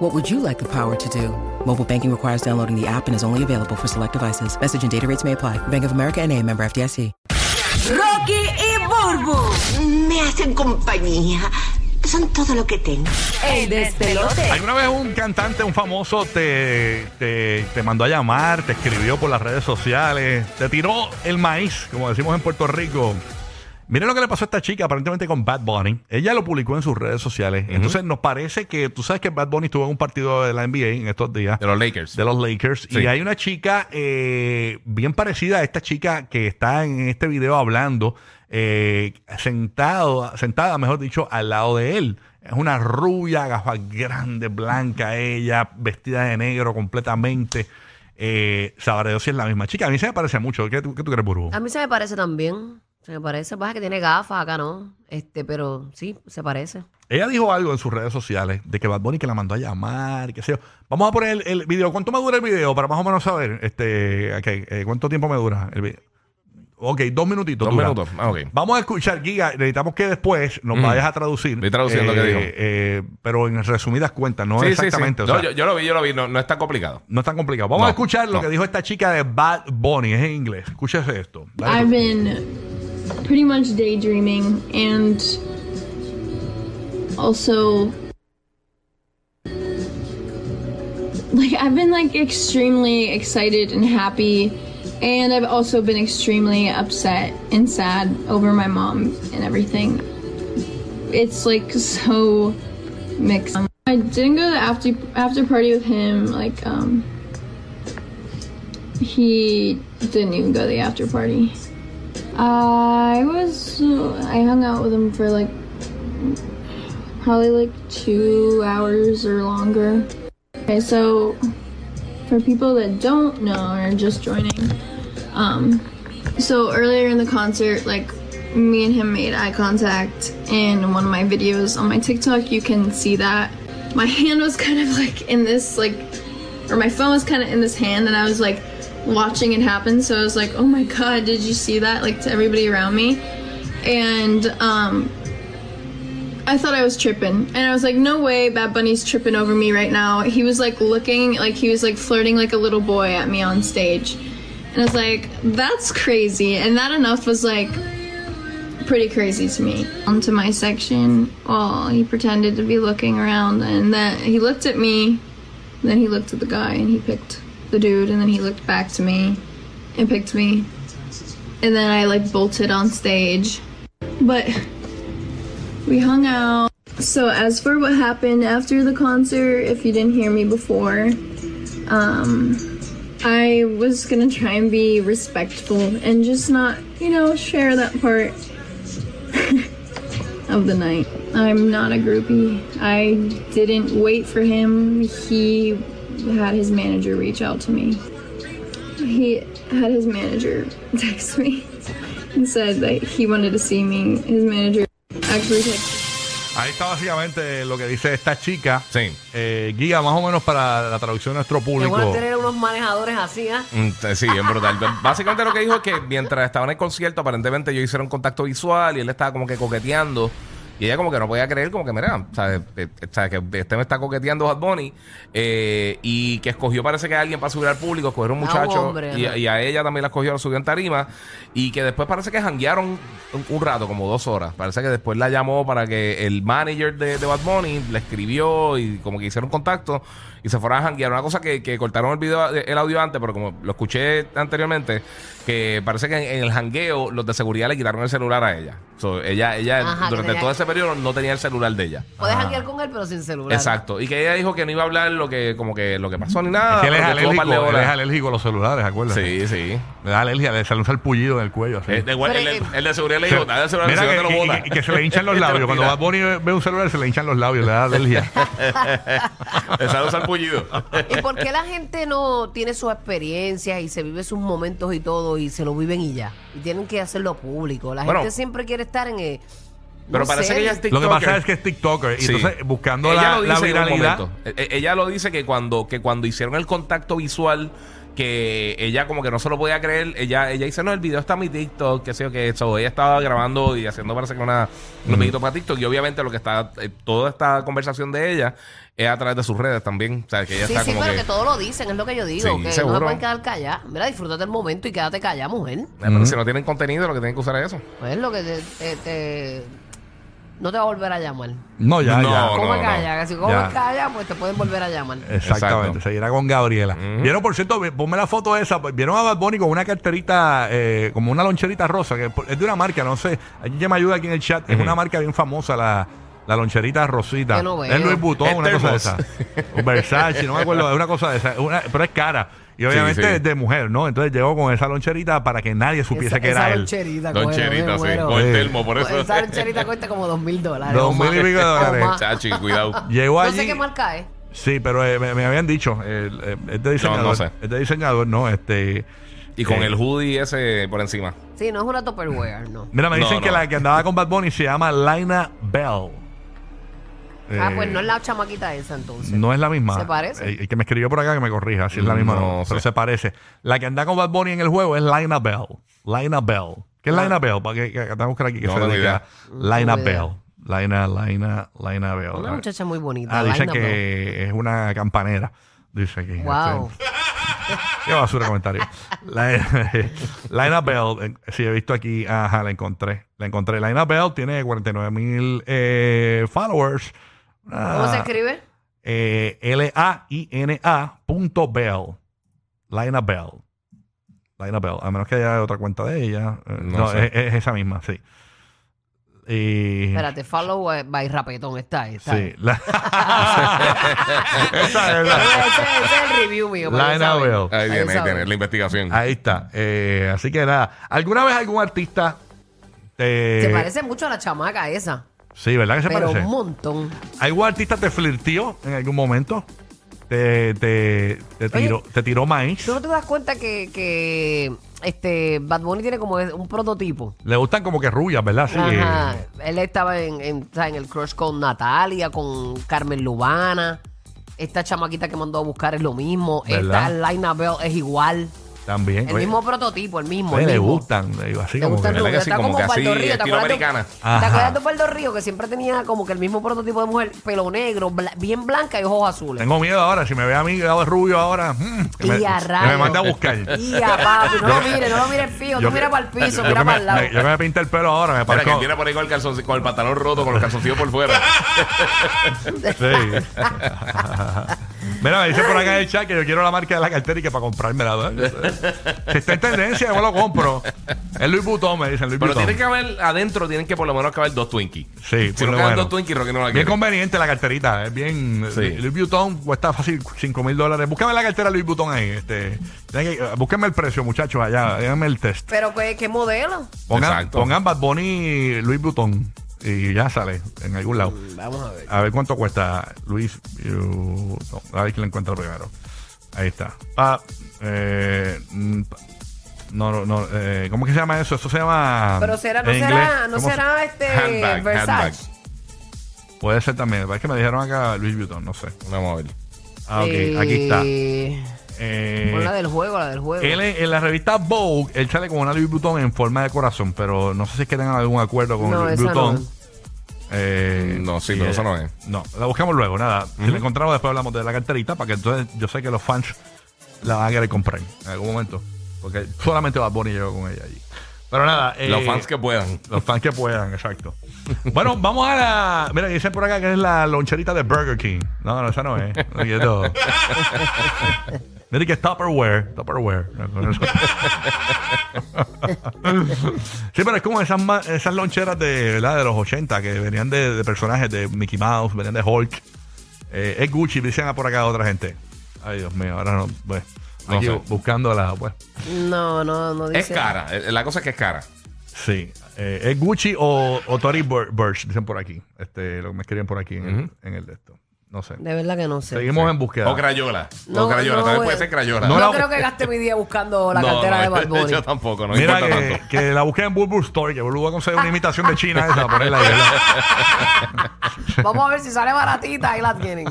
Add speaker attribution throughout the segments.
Speaker 1: What would you like the power to do? Mobile banking requires downloading the app and is only available for select devices. Message and data rates may apply. Bank of America and a member FDIC.
Speaker 2: Rocky y Burbu.
Speaker 3: Me hacen compañía. Son todo lo que tengo.
Speaker 2: El despelote.
Speaker 4: ¿Alguna vez un cantante, un famoso, te, te, te mandó a llamar, te escribió por las redes sociales, te tiró el maíz, como decimos en Puerto Rico? Miren lo que le pasó a esta chica, aparentemente con Bad Bunny. Ella lo publicó en sus redes sociales. Entonces nos parece que, tú sabes que Bad Bunny estuvo en un partido de la NBA en estos días.
Speaker 5: De los Lakers.
Speaker 4: de los Lakers.
Speaker 5: Sí.
Speaker 4: Y hay una chica eh, bien parecida a esta chica que está en este video hablando, eh, sentado, sentada, mejor dicho, al lado de él. Es una rubia, gafas grandes, blanca ella, vestida de negro completamente. Eh, sabrá Dios si es la misma chica. A mí se me parece mucho. ¿Qué tú, qué tú crees, Burbu?
Speaker 6: A mí se me parece también. Se me parece. Pasa que tiene gafas acá, ¿no? Este, pero sí, se parece.
Speaker 4: Ella dijo algo en sus redes sociales de que Bad Bunny que la mandó a llamar, qué sé yo. Vamos a poner el, el video. ¿Cuánto me dura el video? Para más o menos saber. Este, ok, eh, ¿Cuánto tiempo me dura el video? Ok, dos minutitos.
Speaker 5: Dos
Speaker 4: dura.
Speaker 5: minutos. Ah, ok.
Speaker 4: Vamos a escuchar, Giga. Necesitamos que después nos
Speaker 5: Ujú.
Speaker 4: vayas a traducir.
Speaker 5: Estoy traduciendo lo que dijo.
Speaker 4: eh, pero en resumidas cuentas, no
Speaker 5: Sí, sí, sí.
Speaker 4: exactamente. o
Speaker 5: No,
Speaker 4: sea,
Speaker 5: yo, yo lo vi, yo lo vi. No, no es tan complicado.
Speaker 4: no es tan complicado. Vamos
Speaker 5: No,
Speaker 4: a escuchar lo
Speaker 5: no.
Speaker 4: que dijo esta chica de Bad Bunny. Es en inglés. Escúchese esto. Dale,
Speaker 7: I've
Speaker 4: tú.
Speaker 7: been pretty much daydreaming and also like I've been like extremely excited and happy and I've also been extremely upset and sad over my mom and everything. It's like so mixed. Um, I didn't go to the after after party with him like um he didn't even go to the after party. I was I hung out with him for like probably like two hours or longer. Okay, so for people that don't know or are just joining, um, so earlier in the concert, like me and him made eye contact in one of my videos on my TikTok. You can see that my hand was kind of like in this like or my phone was kind of in this hand and I was like watching it happen. So I was like, oh my god, did you see that? Like to everybody around me. And um, I thought I was tripping. And I was like, no way, Bad Bunny's tripping over me right now. He was like looking, like he was like flirting like a little boy at me on stage. And I was like, that's crazy. And that enough was like, pretty crazy to me. Onto my section, while he pretended to be looking around, and then he looked at me, then he looked at the guy, and he picked the dude, and then he looked back to me, and picked me, and then I like bolted on stage. But we hung out. So as for what happened after the concert, if you didn't hear me before, um, I was gonna try and be respectful and just not, you know, share that part of the night. I'm not a groupie. I didn't wait for him. He had his manager reach out to me. He had his manager text me and said that he wanted to see me. His manager actually texted
Speaker 4: Ahí está básicamente lo que dice esta chica.
Speaker 5: Sí.
Speaker 4: Eh, Giga, más o menos para la traducción de nuestro
Speaker 6: Qué
Speaker 4: público.
Speaker 6: bueno tener unos manejadores así, ¿ah?
Speaker 5: Mm, t- Sí, bien brutal. B- Básicamente lo que dijo es que mientras estaba en el concierto, aparentemente ellos hicieron contacto visual y él estaba como que coqueteando. Y ella como que no podía creer, como que, mira, ¿sabes? Eh, eh, ¿sabes? que este me está coqueteando Bad Bunny. eh, y que escogió, parece que alguien para subir al público, escoger un
Speaker 6: Ah, un
Speaker 5: muchacho.
Speaker 6: hombre,
Speaker 5: y,
Speaker 6: ajá.
Speaker 5: y a ella también la escogió, la subió en tarima. Y que después parece que janguearon un, un rato, como dos horas. Parece que después la llamó para que el manager de, de Bad Bunny le escribió y como que hicieron contacto y se fueron a janguear. Una cosa que, que cortaron el video el audio antes, pero como lo escuché anteriormente, que parece que en, en el jangueo los de seguridad le quitaron el celular a ella. So, ella ella
Speaker 6: Ajá, que
Speaker 5: durante
Speaker 6: tenía-
Speaker 5: todo ese periodo no tenía el celular de ella.
Speaker 6: Puedes janguear con él, pero sin celular.
Speaker 5: Exacto. Y que ella dijo que no iba a hablar lo que, como que, lo que pasó ni nada.
Speaker 4: que él es
Speaker 5: Ah, porque estuvo un par
Speaker 4: alérgico,
Speaker 5: de
Speaker 4: él
Speaker 5: horas.
Speaker 4: es alérgico a los celulares, acuérdate.
Speaker 5: Sí, sí.
Speaker 4: Le da alergia, le sale un salpullido en el cuello. Así.
Speaker 5: El de, guar-
Speaker 6: Pero,
Speaker 5: el de-
Speaker 6: eh,
Speaker 5: el de seguridad le dijo, dale el celular,
Speaker 4: Mira
Speaker 5: si no
Speaker 4: que,
Speaker 5: te lo
Speaker 4: y-
Speaker 5: botas.
Speaker 4: y- y que se le hinchan los
Speaker 5: Te lo
Speaker 4: labios. Cuando
Speaker 5: tira.
Speaker 4: Bad Bunny ve ve un celular, se le hinchan los labios, le da alergia.
Speaker 5: Le sale un sarpullido.
Speaker 6: ¿Y por qué la gente no tiene sus experiencias y se vive sus momentos y todo y se lo viven y ya? Y tienen que hacerlo público. La
Speaker 5: Bueno.
Speaker 6: gente siempre quiere estar en. eh,
Speaker 5: Pero
Speaker 6: no
Speaker 5: parece
Speaker 6: sé,
Speaker 5: que ella es
Speaker 4: Lo que
Speaker 5: TikToker.
Speaker 4: pasa es que es TikToker. Y
Speaker 5: Sí.
Speaker 4: entonces, buscando
Speaker 5: Ella
Speaker 4: la,
Speaker 5: lo
Speaker 4: la
Speaker 5: dice en un
Speaker 4: viralidad.
Speaker 5: momento. E- e- Ella lo dice que cuando, que cuando hicieron el contacto visual, que ella como que no se lo podía creer, ella, ella dice, no, el video está en mi TikTok, qué sé yo, que eso. Ella estaba grabando y haciendo parece que una, un videito para TikTok. Y obviamente lo que está, eh, toda esta conversación de ella es a través de sus redes también. O sea, que ella
Speaker 6: Sí,
Speaker 5: está
Speaker 6: sí,
Speaker 5: como
Speaker 6: pero que...
Speaker 5: que...
Speaker 6: todo lo dicen, es lo que yo digo.
Speaker 5: Sí,
Speaker 6: que no
Speaker 5: seguro.
Speaker 6: se pueden quedar calladas. Mira, disfrútate el momento y quédate callada, mujer.
Speaker 5: Eh, pero si no tienen contenido, lo que tienen que usar es eso.
Speaker 6: Pues lo que te, te- te- No te va a volver a llamar.
Speaker 4: No, ya,
Speaker 5: No,
Speaker 4: ya.
Speaker 5: no.
Speaker 6: ¿Cómo calla? Si como
Speaker 4: Ya. Eh,
Speaker 6: calla, pues te pueden volver a llamar.
Speaker 4: Exactamente,
Speaker 5: Exacto.
Speaker 4: seguirá con Gabriela. Vieron, por cierto, vi- ponme la foto esa. pues, Vieron a Bad Bunny con una carterita, eh, como una loncherita rosa, que por- es de una marca, no sé. Alguien me ayuda aquí en el chat. Es una marca bien famosa, la, la loncherita rosita.
Speaker 6: Que no veo.
Speaker 4: es Luis Butón,
Speaker 5: Es
Speaker 4: una cosa de
Speaker 5: termos.
Speaker 4: esa. O Versace, no me acuerdo, es una cosa de esa. es una- pero es cara. Y obviamente
Speaker 5: Sí, sí.
Speaker 4: es de mujer, ¿no? Entonces llegó con esa loncherita para que nadie supiese
Speaker 6: Esa-
Speaker 4: que
Speaker 6: esa
Speaker 4: era él.
Speaker 6: loncherita,
Speaker 5: Don
Speaker 6: coño, me
Speaker 5: Cherita, sí.
Speaker 6: muero.
Speaker 5: Con el
Speaker 4: Sí.
Speaker 5: termo, por eso.
Speaker 6: Pues, Esa loncherita cuesta como dos mil dólares.
Speaker 4: Dos
Speaker 6: o más.
Speaker 4: mil y pico de
Speaker 6: O
Speaker 4: dólares.
Speaker 6: más.
Speaker 5: Chachi, cuidado.
Speaker 4: Llegó
Speaker 6: No
Speaker 4: allí.
Speaker 6: sé qué marca es.
Speaker 4: Sí, pero eh, me, me habían dicho, eh, eh, es de diseñador.
Speaker 5: no sé.
Speaker 4: Es de diseñador, no, este.
Speaker 5: Y con
Speaker 4: eh,
Speaker 5: el hoodie ese por encima.
Speaker 6: Sí, no es una Tupperware, no.
Speaker 4: Mira, me
Speaker 5: No,
Speaker 4: dicen que
Speaker 5: no.
Speaker 4: la que andaba con Bad Bunny se llama Laina Bell.
Speaker 6: Ah,
Speaker 4: Eh,
Speaker 6: pues no es la chamaquita esa entonces.
Speaker 4: no es la misma.
Speaker 6: ¿Se parece?
Speaker 4: Eh, El que me escribió por acá que me corrija, si es la misma. No,
Speaker 5: No sé.
Speaker 4: pero se parece. La que anda con Bad Bunny en el juego es Laina Bell. Laina Bell. ¿Qué es Laina Bell? Para que, que, que te voy a buscar aquí que
Speaker 5: No
Speaker 4: se
Speaker 5: tengo
Speaker 4: dedica.
Speaker 5: idea.
Speaker 4: Laina
Speaker 6: tengo Ah. idea.
Speaker 4: Bell. Laina, Laina, Laina Bell.
Speaker 6: Una muchacha muy bonita.
Speaker 4: Ah, dice
Speaker 6: Laina
Speaker 4: que
Speaker 6: Blau.
Speaker 4: es una campanera. Dice aquí.
Speaker 6: Wow.
Speaker 4: Este, Qué basura de comentario. La- Laina Bell, eh, sí, he visto aquí, ajá, la encontré. La encontré. Laina Bell tiene 49 mil eh, followers.
Speaker 6: ¿Cómo
Speaker 4: Ah.
Speaker 6: se escribe?
Speaker 4: Eh, L-A-I-N-A punto Bell. Laina Bell. Laina Bell. A menos que haya otra cuenta de ella. Eh,
Speaker 5: No
Speaker 4: No,
Speaker 5: sé.
Speaker 4: es, es esa misma, sí. Y-
Speaker 6: Espérate, follow by Rapetón. Está ahí, está
Speaker 4: Sí.
Speaker 6: ahí.
Speaker 4: La- Esa es
Speaker 6: Ese, Ah,
Speaker 4: la-
Speaker 6: ese- ese es el review mío. para que
Speaker 4: Laina
Speaker 6: saben.
Speaker 4: Bell.
Speaker 5: Ahí viene, ahí
Speaker 6: saben.
Speaker 5: tiene la investigación.
Speaker 4: Ahí está. Eh, así que nada. ¿Alguna vez algún artista eh, te.
Speaker 6: Se parece mucho a la chamaca esa,
Speaker 4: Sí, ¿verdad que se
Speaker 6: pero
Speaker 4: parece?
Speaker 6: un montón.
Speaker 4: ¿Algún artista te flirtió en algún momento? ¿Te, te, te, tiró, te tiró maíz?
Speaker 6: ¿Tú no te das cuenta que, que este Bad Bunny tiene como un prototipo?
Speaker 4: Le gustan como que rubias, ¿verdad? Sí.
Speaker 6: Ajá.
Speaker 4: eh,
Speaker 6: Él estaba en, en- o sea, en el crush con Natalia, con Carmen Lubana. Esta chamaquita que mandó a buscar es lo mismo.
Speaker 4: ¿Verdad?
Speaker 6: Esta Laina Bell es igual.
Speaker 4: También.
Speaker 6: El
Speaker 4: Oye,
Speaker 6: mismo prototipo, el mismo.
Speaker 4: oye,
Speaker 6: el
Speaker 4: le
Speaker 6: mismo.
Speaker 4: gustan. le digo, así
Speaker 6: Le
Speaker 4: como
Speaker 6: gusta el
Speaker 4: que-
Speaker 5: ¿Verdad
Speaker 6: rubio.
Speaker 5: que sí?
Speaker 6: Está
Speaker 5: Como
Speaker 6: como
Speaker 5: que así,
Speaker 6: Osvaldo Río. ¿Te
Speaker 5: estilo
Speaker 6: acuerdas, de-
Speaker 5: americana.
Speaker 6: ¿Te
Speaker 4: Ajá.
Speaker 6: acuerdas de Osvaldo Río? Que siempre tenía como que el mismo prototipo de mujer, pelo negro, bla- bien blanca y ojos azules.
Speaker 4: Tengo miedo ahora. Si me ve a mí, yo rubio ahora. mm, que
Speaker 6: Y
Speaker 4: me,
Speaker 6: a
Speaker 4: que me
Speaker 6: rayos.
Speaker 4: manda a buscar.
Speaker 6: Tía, papi, no lo mires, no lo mires fijo. Tú
Speaker 4: Yo-
Speaker 6: mira para el piso,
Speaker 4: yo
Speaker 6: mira
Speaker 4: que
Speaker 6: para
Speaker 4: me,
Speaker 6: el lado.
Speaker 4: me- yo que me pinté el pelo ahora, me
Speaker 5: Mira, que
Speaker 4: parco.
Speaker 5: tiene por ahí con el, calzoncillo- con el pantalón roto, con los calzoncillos por fuera.
Speaker 4: Sí. Mira, me dice por acá en el chat que yo quiero la marca de la cartera y que para comprármela. ¿verdad? Si está en tendencia, yo me lo compro. Es Luis Vuitton, me dicen Luis
Speaker 5: Pero
Speaker 4: Vuitton.
Speaker 5: tiene que haber, adentro tienen que por lo menos caber dos Twinkies.
Speaker 4: Sí,
Speaker 5: Si
Speaker 4: por
Speaker 5: no
Speaker 4: lo
Speaker 5: caben
Speaker 4: menos.
Speaker 5: dos Twinkies, creo que no la
Speaker 4: Bien
Speaker 5: quieren.
Speaker 4: conveniente la carterita, es bien.
Speaker 5: Sí.
Speaker 4: Louis Vuitton cuesta fácil 5 mil dólares. Búscame la cartera Louis Vuitton ahí. Este, Tiene que- búsquenme el precio, muchachos, allá. Déjenme el test.
Speaker 6: Pero pues, ¿qué, qué modelo?
Speaker 4: Pongan,
Speaker 5: Exacto.
Speaker 4: pongan Bad Bunny Louis Vuitton y ya sale en algún lado.
Speaker 6: Mm, Vamos a ver.
Speaker 4: A ver cuánto cuesta Luis. Vu- no, a ver quién lo encuentra primero. Ahí está. Pa, eh, mm, pa- no, no, no. eh, ¿Cómo es que se llama eso? Eso se llama.
Speaker 6: Pero será, no
Speaker 4: en
Speaker 6: será,
Speaker 4: inglés,
Speaker 6: no
Speaker 4: ¿cómo se-
Speaker 6: será este
Speaker 5: Handbag, handbag.
Speaker 6: Versace.
Speaker 4: Puede ser también. Es que me dijeron acá Luis Vuitton, no sé.
Speaker 5: Vamos a ver.
Speaker 4: Ah, ok. Aquí está.
Speaker 6: está.
Speaker 4: Eh,
Speaker 6: Eh, la del juego, la del juego.
Speaker 4: él en, en la revista Vogue, él sale con una Louis Vuitton en forma de corazón, pero no sé si es que tengan algún acuerdo con
Speaker 6: No,
Speaker 4: Louis
Speaker 6: esa
Speaker 4: Vuitton.
Speaker 6: no.
Speaker 4: Eh,
Speaker 5: No, sí,
Speaker 4: y,
Speaker 5: pero
Speaker 4: eh,
Speaker 5: eso no es.
Speaker 4: No, la buscamos luego, nada. Si la encontramos, después hablamos de la carterita, para que entonces yo sé que los fans la van a querer comprar en algún momento. Porque solamente Bad Bunny llegó con ella allí. Pero nada. eh,
Speaker 5: Los fans que puedan.
Speaker 4: Los fans que puedan, exacto. Bueno, vamos a la. Mira, dicen por acá que es la loncherita de Burger King. No, no, esa no es. No, y esto- Mira que es Tupperware. Tupperware. Sí, pero es como esas, ma- esas loncheras de, ¿verdad? de los 80 que venían de, de personajes de Mickey Mouse, venían de Hulk. Eh, es Gucci, dicen por acá otra gente. Ay, Dios mío, ahora no. Pues,
Speaker 5: No
Speaker 4: aquí
Speaker 5: sé.
Speaker 4: buscando la. Pues,
Speaker 6: No, no, no dice.
Speaker 5: Es cara. eh, La cosa es que es cara.
Speaker 4: Sí. Eh, ¿Es Gucci o, o Tory Bur- Burch? Dicen por aquí. Este, lo que me escriben por aquí en, el, en el de esto. No sé.
Speaker 6: De verdad que no sé.
Speaker 4: Seguimos en búsqueda.
Speaker 5: O crayola.
Speaker 6: No,
Speaker 5: o crayola.
Speaker 6: no,
Speaker 5: También puede
Speaker 6: eh.
Speaker 5: ser crayola.
Speaker 6: No,
Speaker 4: No la-
Speaker 6: creo que gaste mi día buscando la
Speaker 5: No,
Speaker 6: cartera
Speaker 5: no,
Speaker 6: de Bad Bunny.
Speaker 5: Yo tampoco, no me
Speaker 4: Mira
Speaker 5: importa
Speaker 4: que,
Speaker 5: tanto.
Speaker 4: que la busqué en Bulbul Store, que Bulbul va a conseguir una imitación de China esa, ponerla ahí. ¿verdad?
Speaker 6: Vamos a ver si sale baratita, ahí la tienen.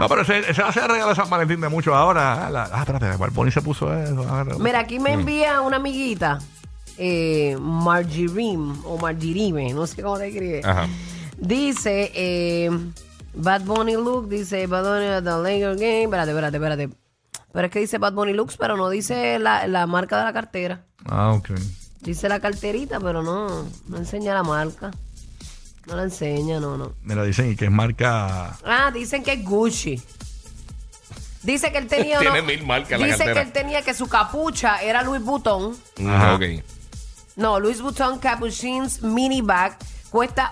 Speaker 4: No, pero se, se hace el regalo de San Valentín de muchos ahora. Ah, la- ah, espérate, Barboni se puso eso. Ah, no.
Speaker 6: Mira, aquí
Speaker 5: Mm.
Speaker 6: me envía una amiguita, eh, Margirim, o Margirime, no sé cómo se escribe.
Speaker 5: Ajá.
Speaker 6: Dice, eh, Bad Bunny Look, dice Bad Bunny at the Laker Game. Espérate, espérate, espérate. Pero es que dice Bad Bunny Looks, pero no dice la, la marca de la cartera.
Speaker 4: Ah, ok.
Speaker 6: Dice la carterita, pero no, no enseña la marca. No la enseña, no, no.
Speaker 4: Mira, dicen y que es marca.
Speaker 6: Ah, dicen que es Gucci. Dice que él tenía.
Speaker 5: Tiene
Speaker 6: uno-
Speaker 5: mil marcas la
Speaker 6: Dice
Speaker 5: cartera.
Speaker 6: que él tenía que su capucha era Louis Vuitton.
Speaker 5: Ajá. Ok.
Speaker 6: No, Louis Vuitton Capuchins Mini Bag cuesta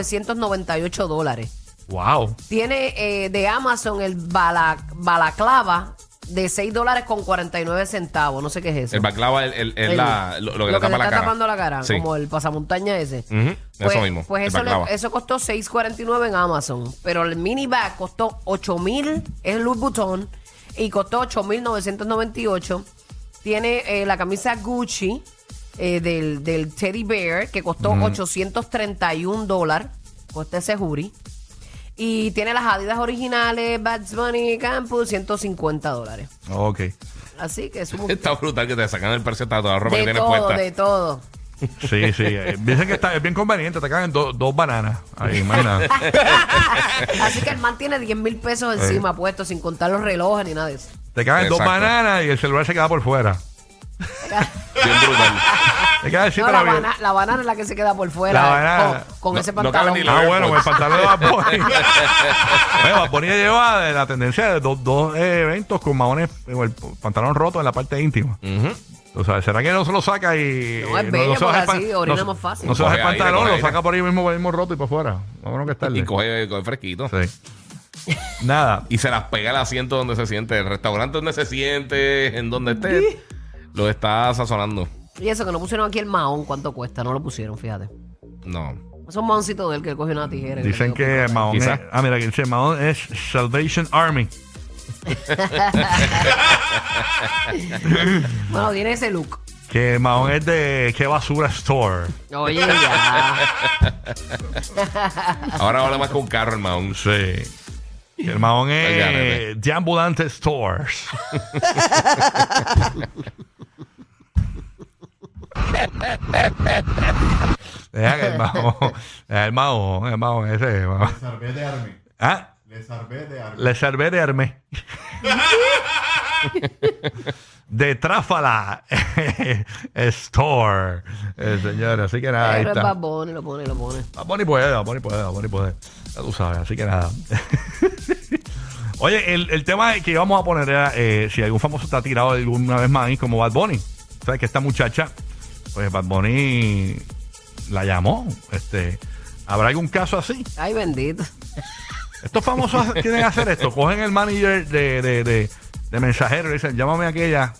Speaker 6: 8.998 dólares.
Speaker 4: ¡Wow!
Speaker 6: Tiene eh, de Amazon el bala- balaclava de 6 dólares con 49 centavos. No sé qué es eso.
Speaker 5: El baklava es el- el-
Speaker 6: El-
Speaker 5: la- lo, lo que le
Speaker 6: le
Speaker 5: tapa
Speaker 6: está
Speaker 5: la cara.
Speaker 6: tapando la cara,
Speaker 5: Sí.
Speaker 6: como el pasamontaña ese.
Speaker 5: Ujú,
Speaker 6: Pues-
Speaker 5: eso mismo,
Speaker 6: Pues
Speaker 5: el
Speaker 6: eso, le-
Speaker 5: baklava.
Speaker 6: eso costó 6.49 en Amazon, pero el mini bag costó 8.000, es Louis Vuitton, y costó 8.998. Tiene eh, la camisa Gucci eh, del, del Teddy Bear, que costó 831 dólares, cuesta ese jury. Y tiene las Adidas originales, Bad Bunny Campus, 150 dólares.
Speaker 4: oh, Ok.
Speaker 6: Así que es un...
Speaker 5: Está brutal que te sacan el precio de toda la ropa que
Speaker 6: De
Speaker 5: tienes
Speaker 6: todo,
Speaker 5: puesta.
Speaker 6: de todo.
Speaker 4: Sí, sí. eh, Dicen que está, es bien conveniente, te caen do- dos bananas. Ahí, más nada.
Speaker 6: Así que el man tiene 10 mil pesos encima puesto, sin contar los relojes ni nada de eso.
Speaker 4: Te caen dos
Speaker 5: Exacto.
Speaker 4: bananas y el celular se queda por fuera.
Speaker 5: Bien brutal.
Speaker 4: Te queda así
Speaker 6: No,
Speaker 4: para
Speaker 6: la,
Speaker 4: bien.
Speaker 6: bana- la banana es la que se queda por fuera
Speaker 4: La banana.
Speaker 6: con, con
Speaker 5: No-
Speaker 6: ese
Speaker 5: no cabe
Speaker 6: pantalón.
Speaker 5: ni la-
Speaker 4: Ah, bueno, con el pantalón de Bad Bunny. Oye, Bad Bunny lleva de la tendencia de dos, dos, eh, eventos con maones, eh, el pantalón roto en la parte íntima. O sea, ¿será que no se lo saca y.
Speaker 6: No, es
Speaker 4: eh,
Speaker 6: bello,
Speaker 4: se baja
Speaker 6: porque
Speaker 4: el
Speaker 6: así
Speaker 4: pan-
Speaker 6: orina
Speaker 4: no se-
Speaker 6: más fácil.
Speaker 4: No se baja el
Speaker 5: Coge aire,
Speaker 4: pantalón,
Speaker 5: coge
Speaker 4: lo
Speaker 5: aire.
Speaker 4: saca por ahí mismo, por ahí mismo roto y para afuera. Vámonos que es tarde.
Speaker 5: Y coge, coge fresquito.
Speaker 4: Sí. Nada.
Speaker 5: Y se las pega al asiento donde se siente, el restaurante donde se siente, en donde esté. Lo está sazonando.
Speaker 6: Y eso que no pusieron aquí el mahón, ¿cuánto cuesta? No lo pusieron, fíjate.
Speaker 5: No.
Speaker 6: Es un mahoncito de él que cogió una tijera. y le
Speaker 4: Dicen
Speaker 6: dio pico.
Speaker 4: que Mahón es,
Speaker 5: Quizá.
Speaker 4: Ah, mira, que dice Mahón es Salvation Army.
Speaker 6: Bueno, tiene ese look.
Speaker 4: Que Mahón es de Qué Basura Store.
Speaker 6: Oye, ya.
Speaker 5: Ahora vale más que un carro, el Mahón.
Speaker 4: Sí. Que El Mahón
Speaker 5: Válgame.
Speaker 4: es The Ambulante Stores. Deja que el Mahón. El Mahón, el Mahón, ese. el Mahón.
Speaker 8: Sarvé de Arme.
Speaker 4: Ah,
Speaker 8: Le Sarvé de Arme.
Speaker 4: le servé de Hermes. De Tráfala eh, Store. Eh, señor, así que nada, ahí
Speaker 6: Pero es
Speaker 4: está.
Speaker 6: babón y lo pone, lo pone.
Speaker 4: Bad Bunny Ah, puede, Bad Bunny puede, Bad Bunny puede. Ya tú sabes, así que nada. Oye, el, el tema que íbamos a poner era eh, si algún famoso está tirado alguna vez más ahí como Bad Bunny. Sabes que esta muchacha, pues Bad Bunny la llamó. Este, ¿Habrá algún caso así?
Speaker 6: Ay, bendito.
Speaker 4: Estos famosos tienen que hacer esto. Cogen el manager de, de, de, de mensajero y dicen, llámame a aquella.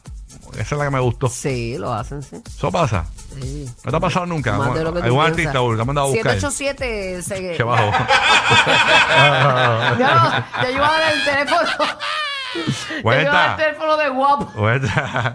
Speaker 4: Esa es la que me gustó.
Speaker 6: Sí, lo hacen, sí.
Speaker 4: Eso pasa.
Speaker 6: sí.
Speaker 4: No te ha pasado nunca.
Speaker 6: Más de lo que tú
Speaker 4: Algún
Speaker 6: piensas.
Speaker 4: artista, Burbu, que me han dado a buscar.
Speaker 6: 787 se...
Speaker 4: Que bajo.
Speaker 6: Yo no, te llevo el teléfono. Te llevo el
Speaker 4: Cuenta.
Speaker 6: teléfono de guapo.
Speaker 4: Cuenta.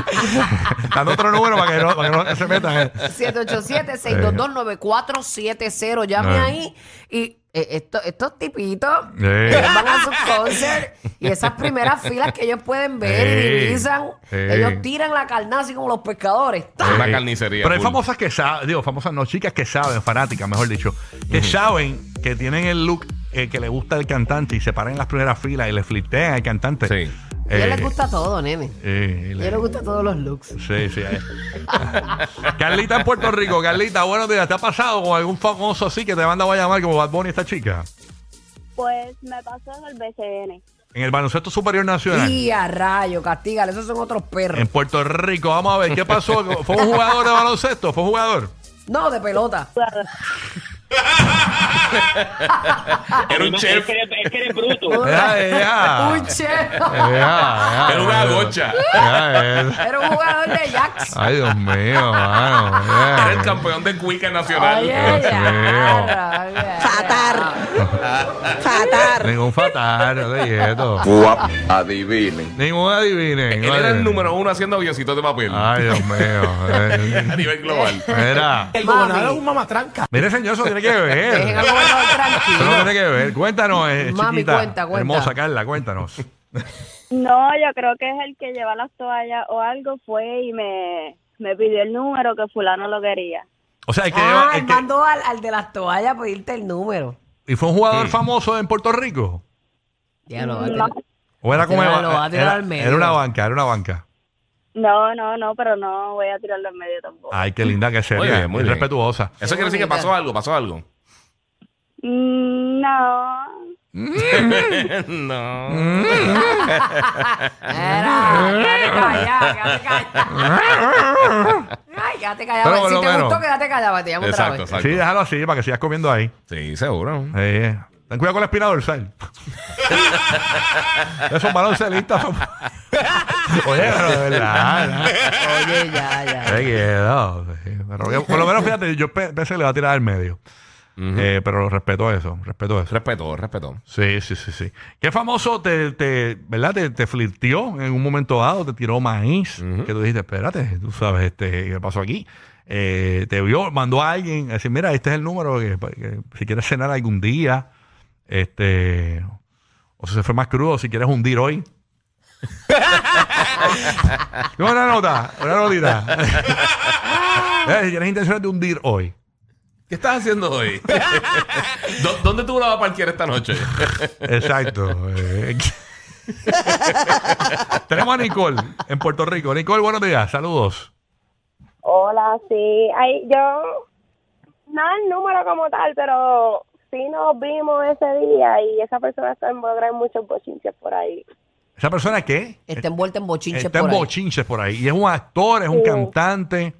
Speaker 4: Dando otro número para que no, para que no se metan.
Speaker 6: 787-622-9470. Llame
Speaker 4: Ah.
Speaker 6: ahí. Y eh, esto- estos tipitos
Speaker 4: Eh.
Speaker 6: ellos van a sus concert y esas primeras filas que ellos pueden ver
Speaker 4: Eh.
Speaker 6: y divisan,
Speaker 4: Eh.
Speaker 6: ellos tiran la carnada así como los pescadores. ¡Ta!
Speaker 5: Es una
Speaker 4: Eh,
Speaker 5: carnicería.
Speaker 4: Pero hay
Speaker 5: full.
Speaker 4: famosas que saben, digo, famosas no, chicas que saben, fanáticas, mejor dicho, que saben que tienen el look eh, que le gusta al cantante y se paran en las primeras filas y le flirtean al cantante.
Speaker 5: Sí.
Speaker 6: A ellos
Speaker 4: Eh,
Speaker 6: les gusta todo, nene.
Speaker 4: eh,
Speaker 6: A
Speaker 4: le-
Speaker 6: ellos les gusta todos los looks.
Speaker 4: Sí, sí. eh. Carlita en Puerto Rico. Carlita, buenos días. ¿Te ha pasado con algún famoso así que te manda a llamar como Bad Bunny esta chica?
Speaker 8: Pues me pasó en el BCN.
Speaker 4: En el Baloncesto Superior Nacional.
Speaker 6: Y a rayo, castígale, esos son otros
Speaker 4: En
Speaker 6: perros.
Speaker 4: Puerto Rico. Vamos a ver, ¿qué pasó? ¿Fue un jugador de baloncesto? ¿Fue un jugador?
Speaker 6: No, de pelota. Ah,
Speaker 5: Era un chef.
Speaker 9: Es que eres bruto.
Speaker 4: Ya, ya.
Speaker 6: Un chef.
Speaker 4: Ya, ya.
Speaker 5: Era una gocha.
Speaker 4: Ya, ya.
Speaker 6: Era un jugador de Jackson.
Speaker 4: Ay, Dios mío, mano. ya.
Speaker 5: Era el campeón del Cuica Nacional.
Speaker 6: Oye,
Speaker 4: Dios mío.
Speaker 6: ya, ya.
Speaker 3: Fatal. Fatal.
Speaker 4: Ningún fatal, no te quieto.
Speaker 10: Adivinen.
Speaker 4: Ningún adivine.
Speaker 5: Él era el número uno haciendo avioncitos de papel
Speaker 4: Ay, Dios eh.
Speaker 5: a
Speaker 4: mío.
Speaker 5: nivel global.
Speaker 4: Mira,
Speaker 9: El gobernador es un mamatranca.
Speaker 4: mire, señor, eso tiene que
Speaker 6: Dejen al
Speaker 4: ver.
Speaker 6: jugador
Speaker 4: Eso no
Speaker 6: tranquilo.
Speaker 4: tiene que ver. Cuéntanos, eh,
Speaker 6: Mami,
Speaker 4: chiquita.
Speaker 6: cuenta, cuenta.
Speaker 4: Hermosa Carla, cuéntanos.
Speaker 8: No, yo creo que es el que lleva las toallas o algo fue y me, me pidió el número que fulano lo quería.
Speaker 4: O sea, el que
Speaker 6: Ah,
Speaker 4: lleva.
Speaker 6: él
Speaker 4: el que-
Speaker 6: mandó al, al de las toallas a pedirte el número.
Speaker 4: ¿Y fue un jugador famoso en Puerto Rico?
Speaker 6: Ya lo va a
Speaker 8: No,
Speaker 6: tener.
Speaker 4: ¿O era como.?
Speaker 6: Tíralo, va a tirar
Speaker 4: era-
Speaker 6: al medio.
Speaker 4: era una banca, era una banca.
Speaker 8: no, no, no, pero no voy a tirarlo en medio tampoco.
Speaker 4: Ay, qué linda que sería.
Speaker 5: Muy bien, muy bien.
Speaker 4: respetuosa.
Speaker 5: Eso quiere decir que
Speaker 6: bonita.
Speaker 5: pasó algo, pasó algo.
Speaker 8: Mm, No.
Speaker 5: no.
Speaker 4: Mm.
Speaker 6: Era, quédate callada, quédate callada. Ay, quédate callada.
Speaker 4: Pero por
Speaker 6: si
Speaker 4: lo
Speaker 6: te
Speaker 4: menos.
Speaker 6: gustó, quédate callada, te llamo otra
Speaker 5: Exacto,
Speaker 6: vez.
Speaker 4: Sí,
Speaker 5: exacto.
Speaker 4: déjalo así para que sigas comiendo ahí.
Speaker 5: Sí, seguro.
Speaker 4: Eh, ten cuidado con la espina dorsal. Esos baloncelistas son. Oye, pero de verdad.
Speaker 6: Oye, ya, ya.
Speaker 4: Se quedó. sí. Pero yo- por lo menos, fíjate, yo pe- pensé que le va a tirar al medio. Eh, pero respeto eso, respeto eso.
Speaker 5: Respeto, respeto.
Speaker 4: Sí, sí, sí, sí. ¿Qué famoso te, te ¿verdad? Te, te flirtió en un momento dado, te tiró maíz, que tú dijiste, espérate, tú sabes este, qué pasó aquí. Eh, te vio, mandó a alguien a decir, mira, este es el número que, que si quieres cenar algún día, este, o si se fue más crudo, si quieres hundir hoy. No, una nota, una notita. Eh, si tienes intenciones de hundir hoy.
Speaker 5: ¿Qué estás haciendo hoy? ¿Dó- ¿Dónde tú la vas a parquear esta noche?
Speaker 4: Exacto. eh. Tenemos a Nicole en Puerto Rico. Nicole, buenos días. Saludos.
Speaker 8: Hola, sí. Ay, yo, no el número como tal, pero sí nos vimos ese día y esa persona está involucrada en muchos bochinches por ahí.
Speaker 4: ¿Esa persona qué?
Speaker 6: Está envuelta en bochinches
Speaker 4: Está
Speaker 6: por
Speaker 4: en
Speaker 6: ahí.
Speaker 4: bochinches por ahí. Y es un actor, es un
Speaker 8: Sí.
Speaker 4: cantante,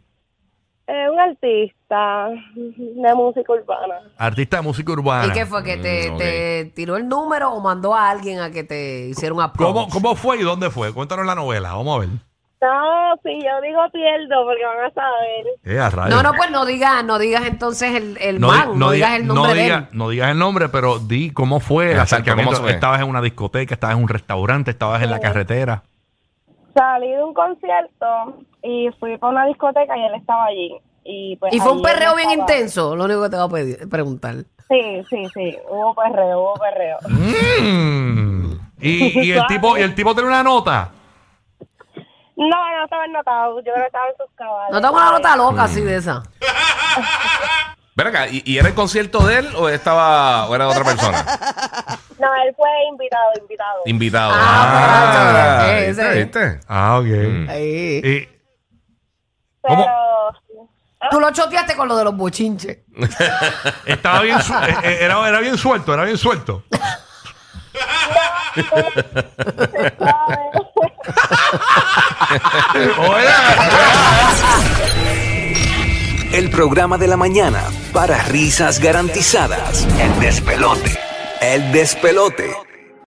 Speaker 8: Eh, un artista de música urbana.
Speaker 4: artista de música urbana.
Speaker 6: ¿Y qué fue? ¿Que te,
Speaker 5: Mm, ok.
Speaker 6: te tiró el número o mandó a alguien a que te hiciera un approach?
Speaker 4: ¿Cómo, ¿Cómo fue y dónde fue? Cuéntanos la novela. Vamos a ver.
Speaker 8: No, si yo digo pierdo porque van a saber.
Speaker 4: Eh, a rayos.
Speaker 6: No, no, pues no digas, no digas entonces el, el
Speaker 4: No di-
Speaker 6: man, no,
Speaker 4: no
Speaker 6: digas
Speaker 4: diga-
Speaker 6: el nombre
Speaker 4: no
Speaker 6: de
Speaker 4: diga-
Speaker 6: él.
Speaker 4: no digas el nombre, pero di cómo fue el
Speaker 5: Exacto,
Speaker 4: acercamiento.
Speaker 5: ¿cómo fue?
Speaker 4: Estabas en una discoteca, estabas en un restaurante, estabas en la carretera.
Speaker 8: Salí de un concierto y fui para una discoteca y él estaba allí. Y, pues,
Speaker 6: Y fue
Speaker 8: ahí
Speaker 6: un
Speaker 8: él
Speaker 6: perreo bien
Speaker 8: estaba-
Speaker 6: intenso, lo único que te voy a pedir- preguntar.
Speaker 8: Sí, sí, sí. Hubo perreo, hubo perreo.
Speaker 4: Mm. Y, y el tipo, y el tipo tiene una nota.
Speaker 8: No, no estaban notados. Yo creo que estaban sus caballos.
Speaker 6: No tengo una nota loca así de esa.
Speaker 5: Ven acá, ¿y, y era el concierto de él o estaba o era de otra persona?
Speaker 8: No, él fue invitado, invitado.
Speaker 5: Invitado.
Speaker 6: Ah,
Speaker 5: Ah,
Speaker 6: ok,
Speaker 5: ¿viste,
Speaker 6: ese.
Speaker 5: viste?
Speaker 4: Ah, ok.
Speaker 6: Ahí.
Speaker 4: Y-
Speaker 8: pero
Speaker 6: Tú lo choteaste con lo de los bochinches.
Speaker 4: Estaba bien su- eh, eh, era, era bien suelto, era bien suelto.
Speaker 9: El programa de la mañana para risas garantizadas. El despelote. El despelote.